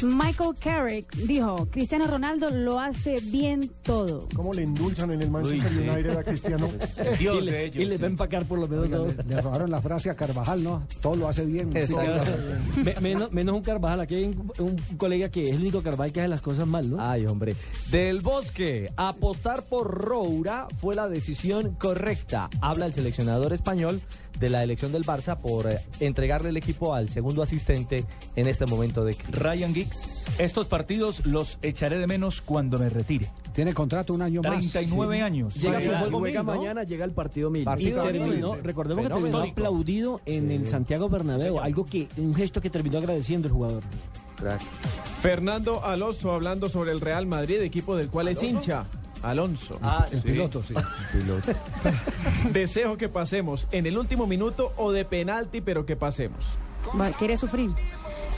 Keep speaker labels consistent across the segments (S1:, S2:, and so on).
S1: Michael Carrick dijo, Cristiano Ronaldo lo hace bien todo.
S2: cómo le endulzan en el Manchester United a Cristiano.
S3: y le, y le va a empacar por lo menos
S4: Oiga,
S3: dos.
S4: le, le robaron la frase a Carvajal, ¿no? Todo lo hace bien.
S3: Me- menos, menos un Carvajal, aquí hay un, un colega que es el único Carvajal que hace las cosas mal, ¿no?
S5: Ay, hombre. Del Bosque, apostar por Roura fue la decisión correcta. Habla el seleccionador español de la elección del Barça por eh, entregarle el equipo al segundo asistente en este momento de crisis.
S6: Ryan Giggs. Estos partidos los echaré de menos cuando me retire.
S4: Tiene contrato un año más.
S6: 39 años.
S5: Llega
S6: Sí,
S5: su juego
S6: sí.
S5: mil, ¿no?
S3: llega el partido mil. Y
S5: Partido
S3: terminó,
S2: mil.
S3: recordemos que terminó
S6: Fenómeno.
S3: aplaudido en el Santiago Bernabéu, algo que, un gesto que terminó agradeciendo el jugador.
S7: Fernando Alonso hablando sobre el Real Madrid, equipo del cual es hincha. Alonso.
S5: Ah,
S4: El piloto, sí.
S7: Deseo que pasemos en el último minuto o de penalti, pero que pasemos.
S1: Va, Quiere sufrir.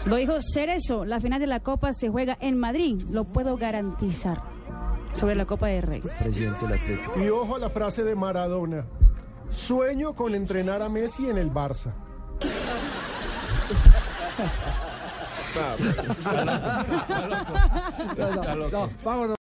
S1: Lo dijo Cerezo, la final de la Copa se juega en Madrid, lo puedo garantizar. Sobre la Copa de Rey.
S5: presidente del Atlético.
S2: Y ojo a la frase de Maradona. Sueño con entrenar a Messi en el Barça.
S4: No, no, no, vámonos.